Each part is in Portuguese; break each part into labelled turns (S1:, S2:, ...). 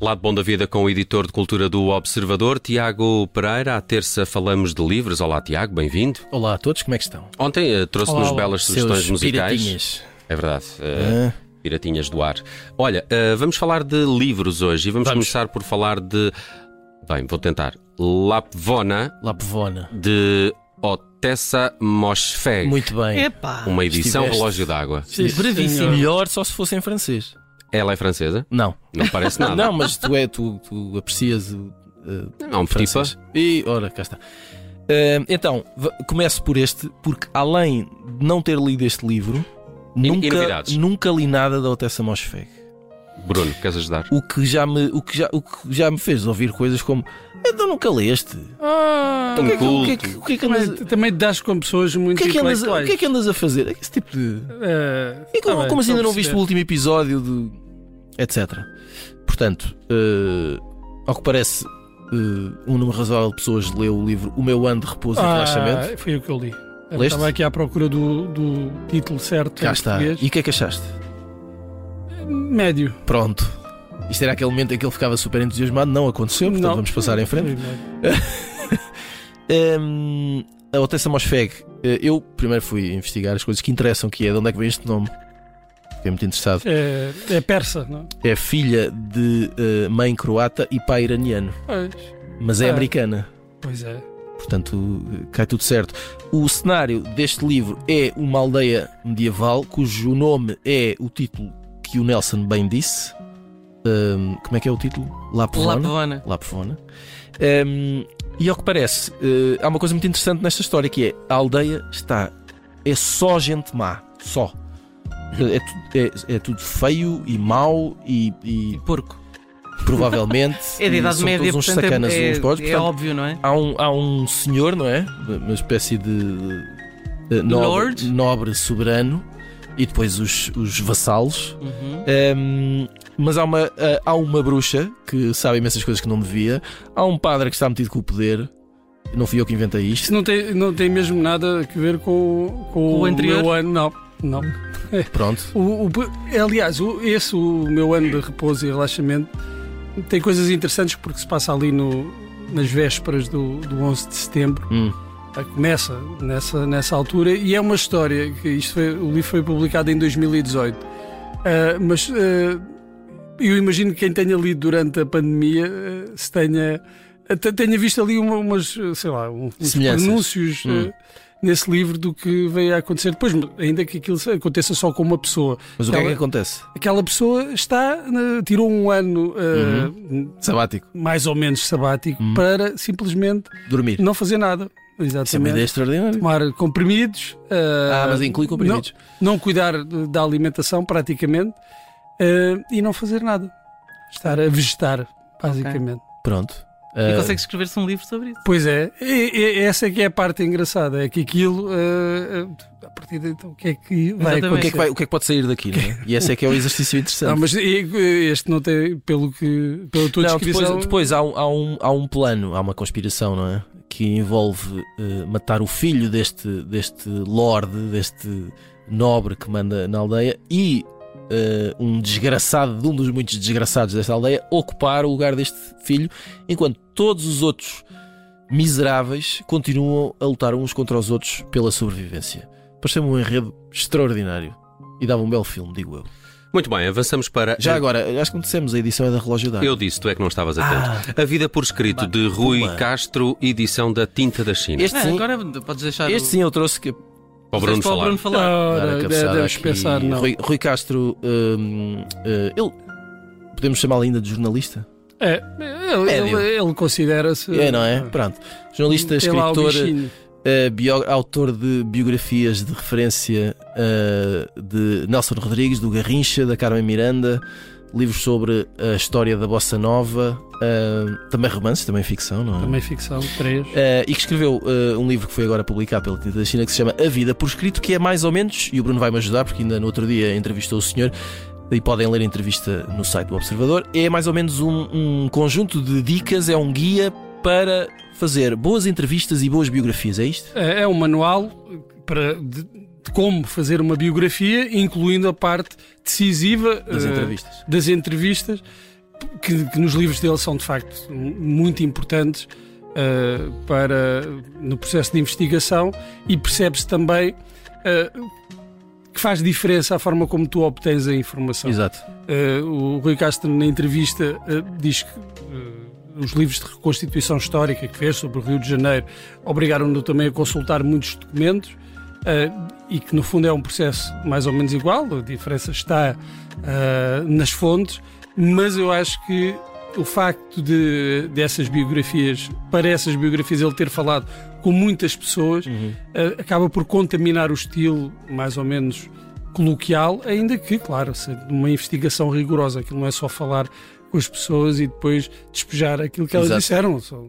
S1: Lado Bom da Vida com o editor de cultura do Observador, Tiago Pereira. À terça falamos de livros. Olá, Tiago, bem-vindo.
S2: Olá a todos, como é que estão?
S1: Ontem eh, trouxe-nos
S2: Olá,
S1: belas
S2: seus
S1: sugestões musicais.
S2: piratinhas.
S1: É verdade. eh, Piratinhas do ar. Olha, eh, vamos falar de livros hoje e vamos,
S2: Vamos.
S1: começar por falar de. Bem, vou tentar. Lapvona
S2: Lapvona.
S1: de Otessa Moshfegh.
S2: Muito bem.
S3: Epá!
S1: Uma edição
S2: Estiveste.
S1: relógio d'água.
S2: Sim,
S3: Sim,
S2: Bravíssimo.
S3: senhor.
S2: É Melhor só se fosse em francês.
S1: Ela é francesa?
S2: Não.
S1: Ah, Não parece nada.
S2: Não, mas tu, é, tu, tu aprecias o uh,
S1: é um petit
S2: francês. E ora, cá está. Ah, então, v- começo por este, porque além de não ter lido este livro,
S1: E- e
S2: nunca,
S1: novidades?
S2: nunca li nada da Otessa Mosfeg.
S1: Bruno, queres ajudar?
S2: O que, já me, o, que já, o que já me fez ouvir coisas como Então nunca leste.
S3: Ah,
S2: O que é que-
S1: culto.
S2: o que é que- o que é que
S3: também,
S2: andas-
S3: também te das com pessoas
S2: o
S3: muito
S2: que é que andas a- o
S3: intelectuais.
S2: que é que andas a fazer? Esse tipo de.
S3: Ah,
S2: E como,
S3: tá bem,
S2: como assim ainda
S3: estou
S2: não
S3: a
S2: viste o
S3: perceber.
S2: último episódio de. etc. Portanto, eh, ao que parece, eh, um número razoável de pessoas leu o livro O Meu Ano de Repouso e Relaxamento.
S3: Ah, foi o que eu li. Eu
S2: Leste?
S3: Estava aqui à procura do, do título certo.
S2: Cá
S3: em
S2: está.
S3: português.
S2: E o que é que achaste?
S3: Médio.
S2: Pronto. Isto era aquele momento em que ele ficava super entusiasmado, não aconteceu, portanto
S3: Não.
S2: vamos passar em frente.
S3: Foi-
S2: Hum, a Otessa Mosfeg, eh, eu primeiro fui investigar as coisas que interessam, que é de onde é que vem este nome. Fiquei muito interessado.
S3: É, é persa, não?
S2: É filha de eh, mãe croata e pai iraniano,
S3: Pois,
S2: mas é
S3: Ah.
S2: americana.
S3: pois é.
S2: Portanto, cai tudo certo. O cenário deste livro é uma aldeia medieval cujo nome é o título que o Nelson bem disse. Hum, como é que é o título? Lapvona.
S4: Lapavona.
S2: Lapvona. Hum, e ao que parece, eh, há uma coisa muito interessante nesta história que é a aldeia está. É só gente má. Só. É, tu- é- é tudo feio e mau e, e
S4: Porco.
S2: provavelmente.
S4: É da
S2: e
S4: Idade
S2: são
S4: Média,
S2: todos uns
S4: portanto,
S2: sacanas
S4: é,
S2: uns para os outros.
S4: é
S2: Portanto,
S4: óbvio, não é?
S2: há um, há um senhor, não é? Uma espécie de, de, eh, nobre,
S4: Lord.
S2: nobre soberano e depois os, os vassalos.
S4: Uhum.
S2: Ehm, mas há uma, eh, há uma bruxa que sabe imensas coisas que não devia. Há um padre que está metido com o poder. Não fui eu que inventei isto.
S3: Isto não tem, não tem mesmo nada a ver com, o- com
S4: o anterior?
S3: meu ano, não. Não.
S2: Pronto.
S3: O, o- aliás, o- esse, o meu ano de repouso e relaxamento, tem coisas interessantes porque se passa ali no, nas vésperas do, do 11 de setembro.
S2: Hum.
S3: Ah, Começa nessa, nessa altura e é uma história que isto foi, o livro foi publicado em 2018. Ah, mas ah, eu imagino que quem tenha lido durante a pandemia ah, se tenha, ah, te- tenha visto ali uma- umas, sei lá, um- uns
S2: Semelhanças.
S3: pronúncios
S2: Hum.
S3: ah, nesse livro do que veio a acontecer depois, ainda que aquilo aconteça só com uma pessoa.
S2: Mas o que é que
S4: Tá
S3: Ela-
S2: acontece?
S3: Aquela pessoa está, ah, tirou um ano ah,
S2: Uhum. Sabático.
S3: mais ou menos sabático
S2: Hum.
S3: para simplesmente
S2: Dormir.
S3: não fazer nada.
S2: Isso é uma
S3: Exatamente
S2: ideia extraordinária.
S3: tomar comprimidos.
S2: Ah,
S3: ah,
S2: mas inclui comprimidos.
S3: Não, não cuidar de- da alimentação, praticamente, ah, e não fazer nada. Estar a vegetar, basicamente.
S2: Pronto.
S4: E
S2: Ah,
S4: consegue escrever-se um livro sobre isso.
S3: Pois é, e- e- essa é que é a parte engraçada, é que aquilo, ah, ah, a partir de então, o que é que vai
S2: o, que
S4: Exatamente.
S2: é
S3: acontecer?
S2: que vai- o que é que pode sair daqui? não é? E esse é que é o exercício interessante.
S3: Não, mas e- este não tem, pelo que, pela tua
S2: Não,
S3: descrição,
S2: depois, depois há, um, há um- há um plano, há uma conspiração, não é? Que envolve eh, matar o filho deste, deste lorde, deste nobre que manda na aldeia e eh, um desgraçado, de um dos muitos desgraçados desta aldeia, ocupar o lugar deste filho, enquanto todos os outros miseráveis continuam a lutar uns contra os outros pela sobrevivência. Pareceu-me um enredo extraordinário e dava um belo filme, digo eu.
S1: Muito bem, avançamos para.
S2: Já agora, acho que não dissemos, a edição é da Relógio da
S1: Eu disse, tu é que não estavas
S2: Ah.
S1: atento. A Vida por Escrito de Rui
S2: pula.
S1: Castro, edição da Tinta da China.
S2: Este
S3: É,
S2: é
S4: Ah,
S2: sim,
S4: agora podes deixar
S2: Este
S4: o...
S2: sim eu trouxe que
S1: Para o Bruno
S4: para o
S1: falar.
S4: Bruno falar.
S2: Dar a
S3: ora, de-
S2: cabeçada
S3: deves
S2: aqui.
S3: pensar, não.
S2: Rui, Rui Castro, hum, eh, ele podemos chamá-lo ainda de jornalista?
S3: É, ele,
S2: Médio.
S3: ele- ele considera-se.
S2: é, não é? Pronto. Jornalista,
S3: tem lá o
S2: escritor,
S3: bichinho.
S2: eh, bio- autor de biografias de referência eh, de Nelson Rodrigues, do Garrincha, da Carmen Miranda, livros sobre a história da Bossa Nova, eh, também romances, também ficção, não é?
S3: Também ficção, três.
S2: Eh, e que escreveu eh, um livro que foi agora publicado pela Tinta da China que se chama A Vida por Escrito, que é mais ou menos, e o Bruno vai-me ajudar porque ainda no outro dia entrevistou o senhor, e podem ler a entrevista no site do Observador, é mais ou menos um, um conjunto de dicas, é um guia para fazer boas entrevistas e boas biografias, é isto?
S3: É é um manual para de- de como fazer uma biografia, incluindo a parte decisiva
S2: das
S3: eh,
S2: entrevistas.
S3: das entrevistas, que, que nos livros dele são de facto mu- muito importantes eh, para, no processo de investigação e percebe-se também eh, que faz diferença a forma como tu obtens a informação.
S2: Exato.
S3: Eh, o Rui Castro, na entrevista, eh, diz que eh, os livros de reconstituição histórica que fez sobre o Rio de Janeiro obrigaram-no também a consultar muitos documentos eh, e que, no fundo, é um processo mais ou menos igual. A diferença está eh, nas fontes, mas eu acho que o facto de dessas biografias, para essas biografias, ele ter falado com muitas
S4: Ah.
S3: pessoas
S2: Uhum.
S3: eh, acaba por contaminar o estilo mais ou menos coloquial, ainda que, claro, se- numa investigação rigorosa, aquilo não é só falar com as pessoas e depois despejar aquilo que elas
S2: Exato.
S3: disseram, só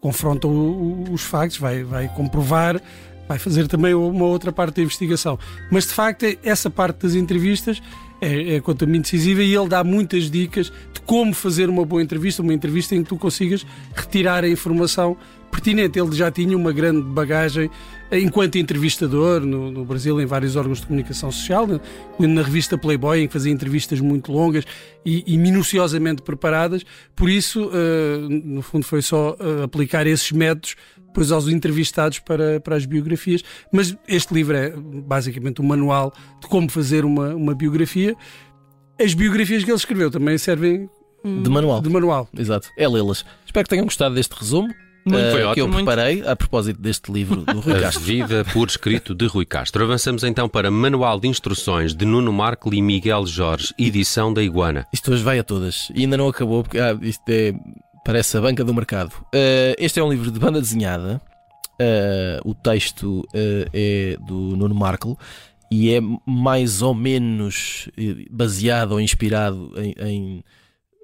S3: confronta o- o- os factos, vai, vai comprovar, vai fazer também uma outra parte da investigação. Mas de facto, é- essa parte das entrevistas é, é quanto a mim decisiva e ele dá muitas dicas de como fazer uma boa entrevista, uma entrevista em que tu consigas retirar a informação pertinente. Ele já tinha uma grande bagagem eh, enquanto entrevistador no, no Brasil, em vários órgãos de comunicação social, né? na revista Playboy, em que fazia entrevistas muito longas e, e minuciosamente preparadas. Por isso, eh, no fundo, foi só eh, aplicar esses métodos depois aos entrevistados para, para as biografias. Mas este livro é basicamente um manual de como fazer uma, uma biografia. As biografias que ele escreveu também servem
S2: De manual.
S3: de manual.
S2: Exato. É lê-las. Espero que tenham gostado deste resumo. eh,
S1: foi
S2: que eu
S1: ótimo,
S4: muito.
S2: preparei a propósito deste livro do Rui
S1: A
S2: Castro.
S1: vida por escrito de Rui Castro. Avançamos então para Manual de Instruções de Nuno Marco e Miguel Jorge, edição da Iguana.
S2: Isto hoje vai a todas. E ainda não acabou, porque ah, isto é. Parece a banca do mercado. Eh, este é um livro de banda desenhada. Eh, o texto eh, é do Nuno Marco e é mais ou menos eh, baseado ou inspirado em, em,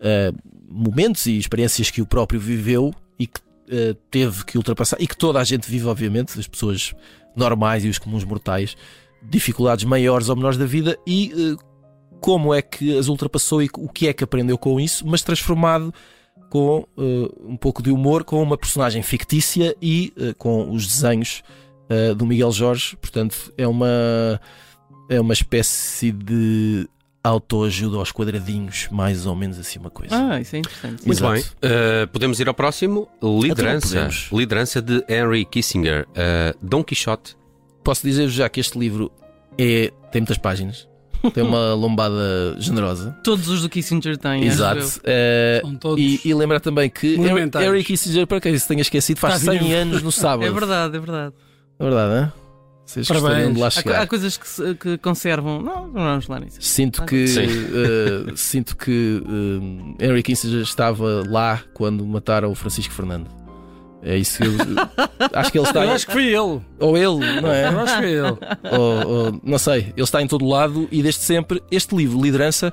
S2: eh, momentos e experiências que o próprio viveu e que eh, teve que ultrapassar e que toda a gente vive, obviamente, as pessoas normais e os comuns mortais, dificuldades maiores ou menores da vida e eh, como é que as ultrapassou e o que é que aprendeu com isso, mas transformado com eh, um pouco de humor, com uma personagem fictícia e eh, com os desenhos eh, do Miguel Jorge. Portanto, é uma, é uma espécie de autoajuda aos quadradinhos, mais ou menos assim uma coisa.
S4: Ah, isso é interessante.
S1: Muito
S2: Exato. Então,
S1: bem. Uh, podemos ir ao próximo? Liderança.
S2: podemos.
S1: Liderança de Henry Kissinger. Uh, Dom Quixote.
S2: Posso dizer-vos já que este livro é, tem muitas páginas, tem uma
S3: Hum.
S2: lombada generosa.
S4: Todos os do Kissinger têm. acho
S2: Exato.
S4: eu.
S2: Eh,
S3: É, São todos.
S2: E, e lembrar também que Harry
S3: Monumentais.
S2: Harry Kissinger, para quem se tenha esquecido, faz
S3: Está
S2: 100
S3: vivo.
S2: anos no sábado.
S4: É verdade, é verdade.
S2: É verdade, não é? Vocês
S3: Parabéns.
S2: gostariam de lá
S4: Há, co-
S2: chegar.
S4: há coisas que, se- que conservam. Não, não vamos falar nisso.
S2: Sinto que,
S1: Sim.
S2: eh, sinto que eh, Henry Kissinger estava lá quando mataram o Francisco Fernando. É isso que eu acho que ele está.
S3: Eu acho que foi ele.
S2: Ou ele, não é?
S3: Eu acho que foi ele.
S2: ou, ou- não sei, ele está em todo lado e desde sempre este livro, Liderança,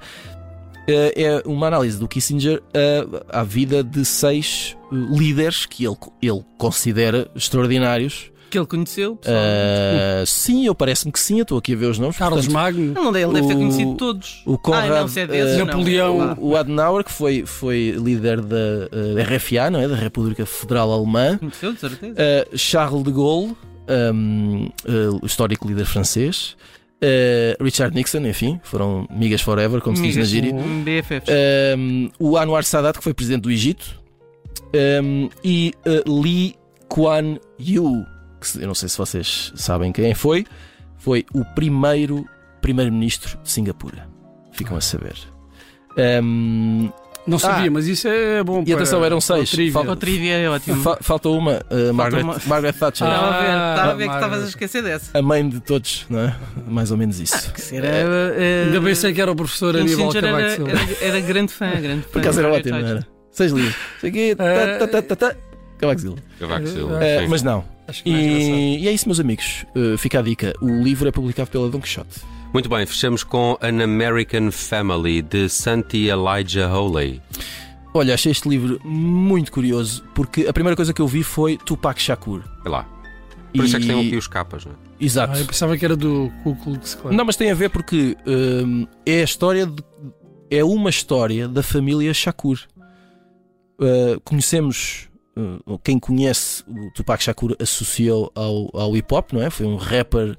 S2: eh, é uma análise do Kissinger eh, à vida de seis eh, líderes que ele, ele considera extraordinários.
S4: Que ele conheceu. pessoal.
S2: Eh, sim, eu parece-me que sim, eu estou aqui a ver os nomes.
S3: Carlos
S2: portanto,
S3: Magno.
S4: Ele não deve, ele deve ter
S2: o-
S4: conhecido todos.
S2: o Conrad,
S4: ah, não, se é desses,
S2: eh,
S4: não.
S3: Napoleão-
S4: Sei lá.
S2: o Adenauer, que foi, foi líder da eh, RFA, não é? da República Federal Alemã.
S4: Conheceu, de certeza.
S2: Uh, Charles de Gaulle, um, uh, o histórico líder francês, uh, Richard Nixon, enfim, foram migas forever, como se
S4: Amigas,
S2: diz na gíria.
S4: um BFFs.
S2: Um, o Anwar Sadat, que foi presidente do Egito, um, e uh, Lee Kuan Yew, que se- eu não sei se vocês sabem quem foi, foi o primeiro primeiro-ministro de Singapura. Ficam a saber. Um,
S3: Não sabia, mas isso é bom.
S2: e atenção,
S3: para-
S2: eram seis.
S3: para o trivia.
S2: Falta-
S4: O trivia é ótimo.
S2: fa- falta uma, uh, Margaret,
S4: uma.
S2: Margaret Thatcher.
S4: Estava a ver,
S3: Ah,
S4: estava a ver que
S3: Margaret.
S4: estavas a esquecer dessa.
S2: a mãe de todos, não é? Mais ou menos isso.
S4: Ah,
S2: É,
S4: Que será. eh,
S3: Ainda bem sei que era o professor Aníbal
S4: Kissinger
S3: Cavaco
S4: era,
S3: Silva.
S4: era, era grande fã, grande fã.
S2: Por acaso era
S4: Margaret
S2: ótimo, não
S4: Thatcher.
S2: era? Seis livros. Isso aqui. tá, tá, tá, tá, tá. Cavaco Silva.
S1: Cavaco Silva.
S3: Eh,
S2: Eh, mas
S1: é
S2: não.
S3: Acho que mais engraçado.
S2: E, e é isso, meus amigos. Eh, fica a dica. O livro é publicado pela Don Quixote.
S1: Muito bem, fechamos com An American Family de Santi Elijah Holley.
S2: Olha, achei este livro muito curioso porque a primeira coisa que eu vi foi Tupac Shakur.
S1: É lá. Por isso é que
S2: E-
S1: tem aqui os capas, não é?
S2: Exato.
S3: Ah, eu pensava que era do Ku Klux Klan.
S2: Não, mas tem a ver porque hum, é a história de- é uma história da família Shakur. Uh, conhecemos uh, ou quem conhece o Tupac Shakur associou ao, ao hip hop, não é? Foi um rapper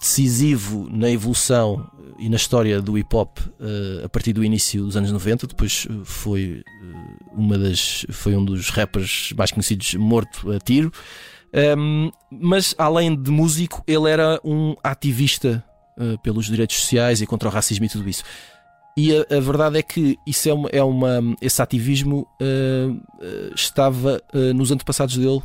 S2: decisivo na evolução uh, e na história do hip hop eh, a partir do início dos anos 90. Depois eh, foi, eh, uma das, foi um dos rappers mais conhecidos morto a tiro. Ehm, mas além de músico, ele era um ativista eh, pelos direitos sociais e contra o racismo e tudo isso. E a, a verdade é que isso é uma, é uma- esse ativismo eh, eh, estava eh, nos antepassados dele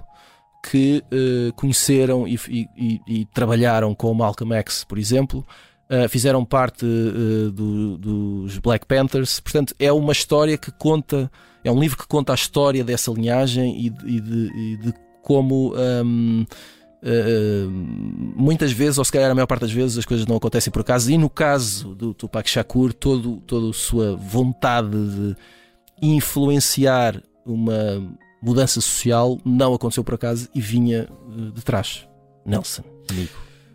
S2: que eh, conheceram e, e- e- e trabalharam com o Malcolm X, por exemplo, eh, fizeram parte eh, do- dos Black Panthers. Portanto, é uma história que conta, é um livro que conta a história dessa linhagem e, de- e de, e de como. ehm, ahm, eh, muitas vezes, ou se calhar a maior parte das vezes, as coisas não acontecem por acaso, e no caso do Tupac Shakur, todo, toda a sua vontade de influenciar uma mudança social não aconteceu por acaso e vinha eh, de trás. Nelson, amigo.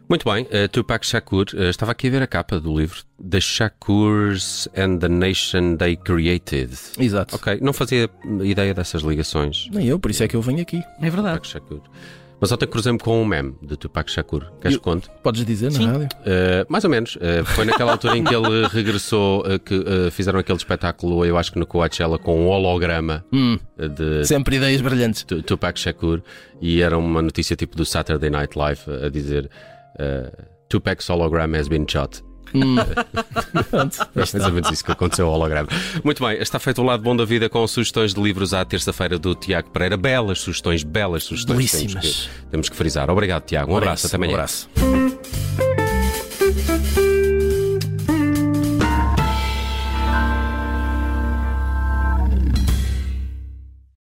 S1: Muito bem, eh, Tupac Shakur, eh, estava aqui a ver a capa do livro The Shakurs and the Nation They Created.
S2: Exato.
S1: Ok, não fazia ideia dessas ligações.
S2: Nem eu, por isso é que eu venho aqui.
S4: É verdade.
S1: Tupac Shakur. Mas ontem cruzei-me com um meme de Tupac Shakur. Queres
S2: Eu-
S1: que conte?
S2: Podes dizer na
S4: Sim.
S2: rádio?
S1: Eh, mais ou menos. Eh, foi naquela altura em que ele regressou, eh, que eh, fizeram aquele espetáculo, eu acho que no Coachella, com um holograma
S2: Hum,
S1: eh, de
S2: sempre ideias brilhantes.
S1: Tu- Tupac Shakur e era uma notícia tipo do Saturday Night Live a dizer eh, Tupac's hologram has been shot.
S2: Hum. Pronto, aí
S1: É Mais
S2: está.
S1: ou menos isso que aconteceu ao holograma. Muito bem, está feito o lado bom da vida com sugestões de livros à terça-feira do Tiago Pereira. Belas sugestões, belas sugestões. Temos
S2: Belíssimas.
S1: que, temos que frisar. Obrigado, Tiago. Um abraço, até amanhã.
S2: Um abraço.